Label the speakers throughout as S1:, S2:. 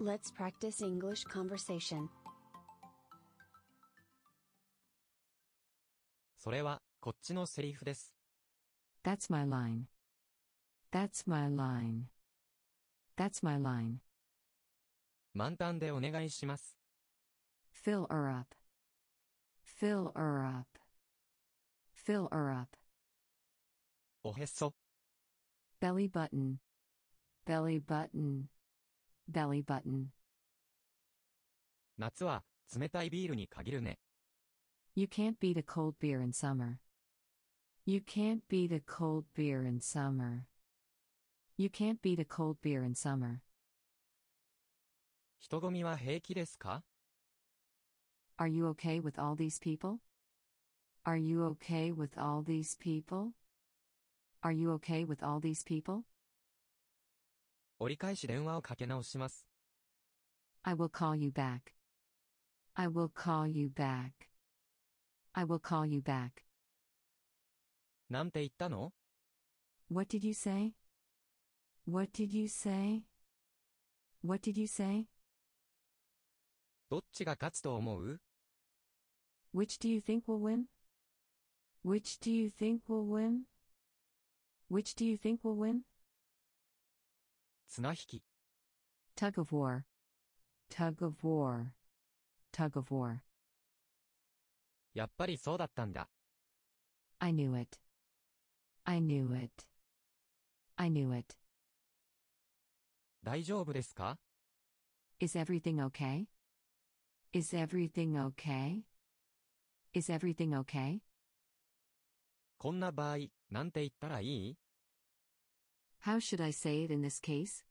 S1: Let's practice English conversation.
S2: それは、こっちのセリフです。
S3: That's my line. That's my line. That's my line.
S2: 満タンでお願いします。
S3: Fill her up. Fill her up. Fill her up.
S2: おへそ、
S3: Belly button. Belly button. Belly button.
S2: 夏は、冷たいビールに限るね。
S3: You can't beat a cold beer in summer. You can't beat a cold beer in summer. You can't beat a cold beer in summer.
S2: 人混みは平気ですか
S3: Are you okay with all these people? Are you okay with all these people? Are you okay with all these people?
S2: 折り返し電話をかけ直します。
S3: I will call you back. I will call you back. I will call you back.
S2: なんて言ったの
S3: What did you say? What did you say? What did you say?
S2: どっちが勝つと思う
S3: Which do you think will win? Which do you think will win? Which do you think will win?
S2: 綱引き、
S3: Tug of war. Tug of war. Tug of war.
S2: やっぱりそうだったんだ。
S3: I knew it. I knew it. I knew it.
S2: 大丈夫ですか
S3: Is everything okay? Is everything okay? Is everything okay?
S2: こんな場合、なんて言ったらいい
S3: How should I say it in this case?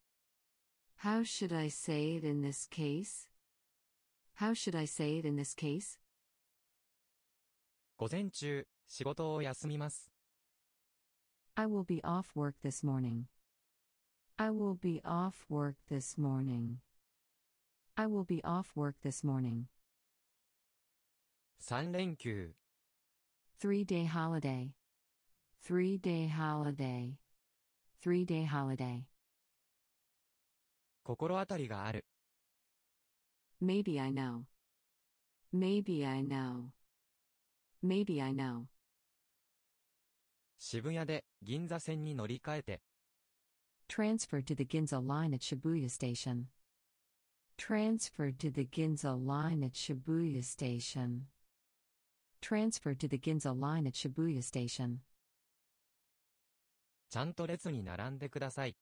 S3: How should I say it in this case? How should I say it in this case?
S2: 午前中、仕事を休みます。
S3: I will be off work this morning. I will be off work this morning. I will be off work this morning.
S2: 3連休、
S3: Three day holiday. Three day holiday. Three day holiday.
S2: 心当たりがある。
S3: Maybe I know. Maybe I know. Maybe I know.
S2: 渋谷で、銀座線に乗り換えて、
S3: Transferred to the Ginza line at Shibuya Station. Transferred to the Ginza line at Shibuya Station. Transferred to the Ginza line at Shibuya Station.
S2: ちゃんと列に並んでください。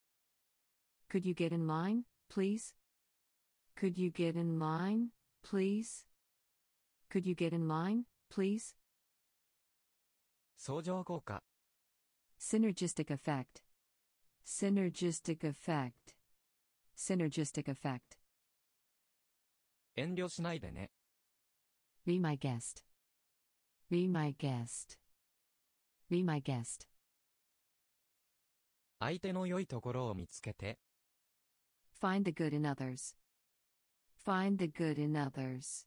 S3: Could you get in line, please? Could you get in line, please? Could you get in line, please?
S2: 相乗効果、
S3: Synergistic effect. Synergistic effect. Synergistic effect.
S2: 遠慮しないでね。
S3: Be my guest. Be my guest. Be my guest.
S2: 相手の良いところを見つけて、
S3: Find the good in others. Find the good in others.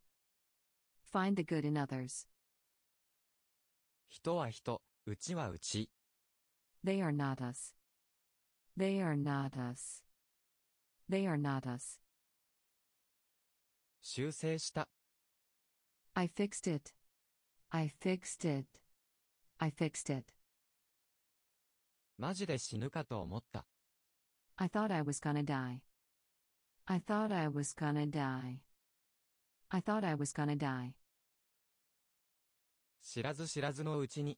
S3: Find the good in others.
S2: 人は人、うちはうち、
S3: They are not us. They are not us. They are not us.
S2: 修正した、
S3: I fixed it. I fixed it. I fixed it.
S2: マジで死ぬかと思った。
S3: I thought I was gonna die. I thought I was gonna die. I thought I was gonna die.
S2: 知らず知らずのうちに、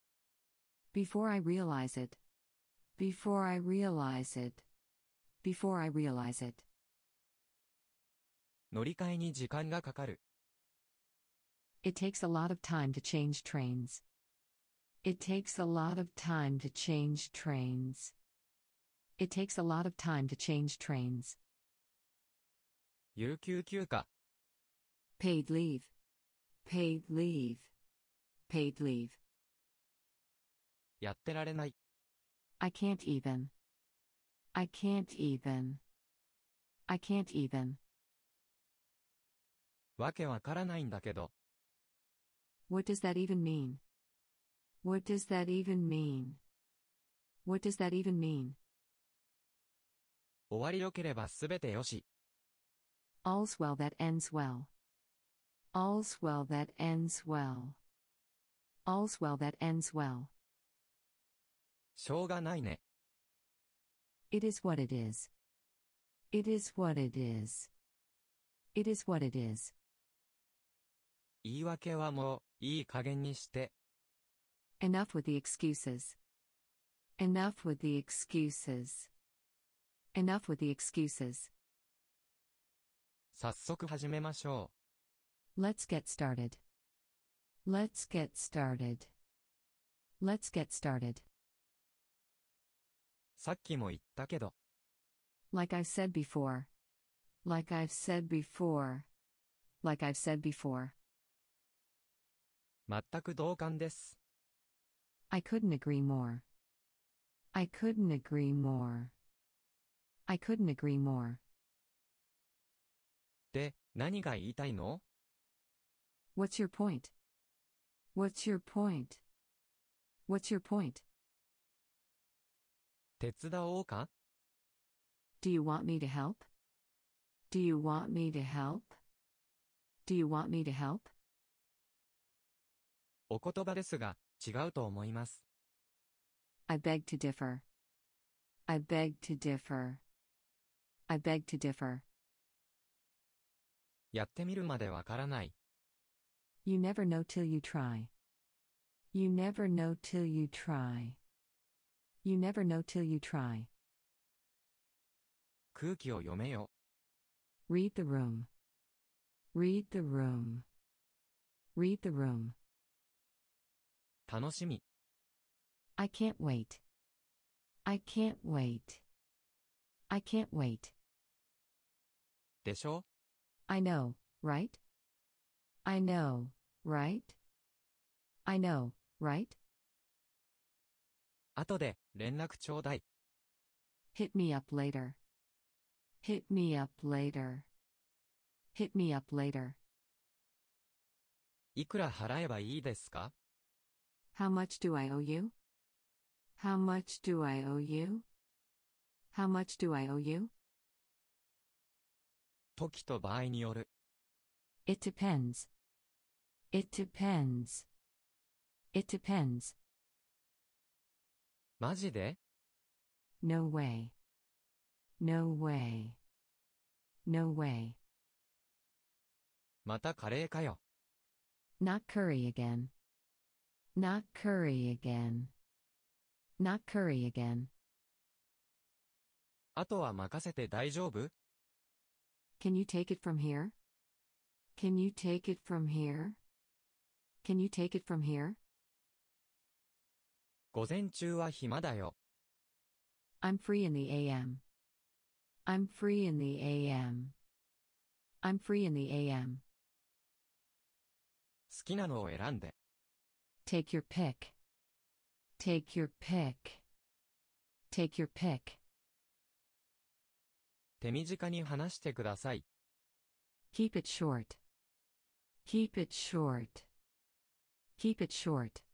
S3: Before I realize it. Before I realize it. Before I realize it.
S2: 乗り換えに時間がかかる。
S3: It takes a lot of time to change trains. It takes a lot of time to change trains. It takes a lot of time to change trains.
S2: 有給休暇、
S3: Paid leave. Paid leave. Paid leave.
S2: やってられない。
S3: I can't even. I can't even. I can't even.
S2: わけわからないんだけど、
S3: What does that even mean? What does that even mean? What does that even mean?
S2: 終わりよければすべてよし。
S3: All's well that ends well. All's well that ends well. All's well that ends well.
S2: しょうがないね。
S3: It is what it is. It is what it is. It is what it is.
S2: 言い訳はもう、いい加減にして。
S3: Enough with the excuses. Enough with the excuses. Enough with the excuses.
S2: 早速始めましょ
S3: Let's get started. Let's get started. Let's get
S2: う。
S3: started.
S2: さっきも言ったけど、
S3: Like I've said before. Like I've said before. Like I've said before.
S2: 全く同感です。
S3: I couldn't agree more. I couldn't agree more. I couldn't agree more.
S2: で、何が言いたいの
S3: What's your point? What's your point? What's your point?
S2: 手伝おうか
S3: Do you want me to help? Do you want me to help? Do you want me to help?
S2: お言葉ですが、違うと思います。
S3: I beg to differ. I beg to differ. I beg to differ.
S2: やってみるまでわからない。
S3: You never know till you try. You never know till you try. You never know till you try.
S2: 空気を読めよ。
S3: Read the room. Read the room. Read the room.
S2: 楽しみ。
S3: I can't wait. I can't wait. I can't wait.
S2: でしょ
S3: I know, right? I know, right? I know, right?
S2: 後で、連絡ちょうだい。
S3: Hit me up later. Hit me up later. Hit me up later.
S2: いくら払えばいいですか
S3: How much do I owe you? How much do I owe you? How much do I owe you?
S2: 時と場合による。
S3: It depends. It depends. It depends.
S2: マジで
S3: No way. No way. No way.
S2: またカレーかよ。
S3: Not curry again. Not curry again. Not curry again.
S2: あとは任せて大丈夫
S3: Can you take it from here? Can you take it from here? Can you take it from here?
S2: 午前中は暇だよ。
S3: I'm free in the AM. I'm free in the AM. I'm free in the AM.
S2: 好きなのを選んで。
S3: Take your pick. Take your pick. Take your pick.
S2: 手短に話してください。
S3: Keep it short. Keep it short. Keep it short.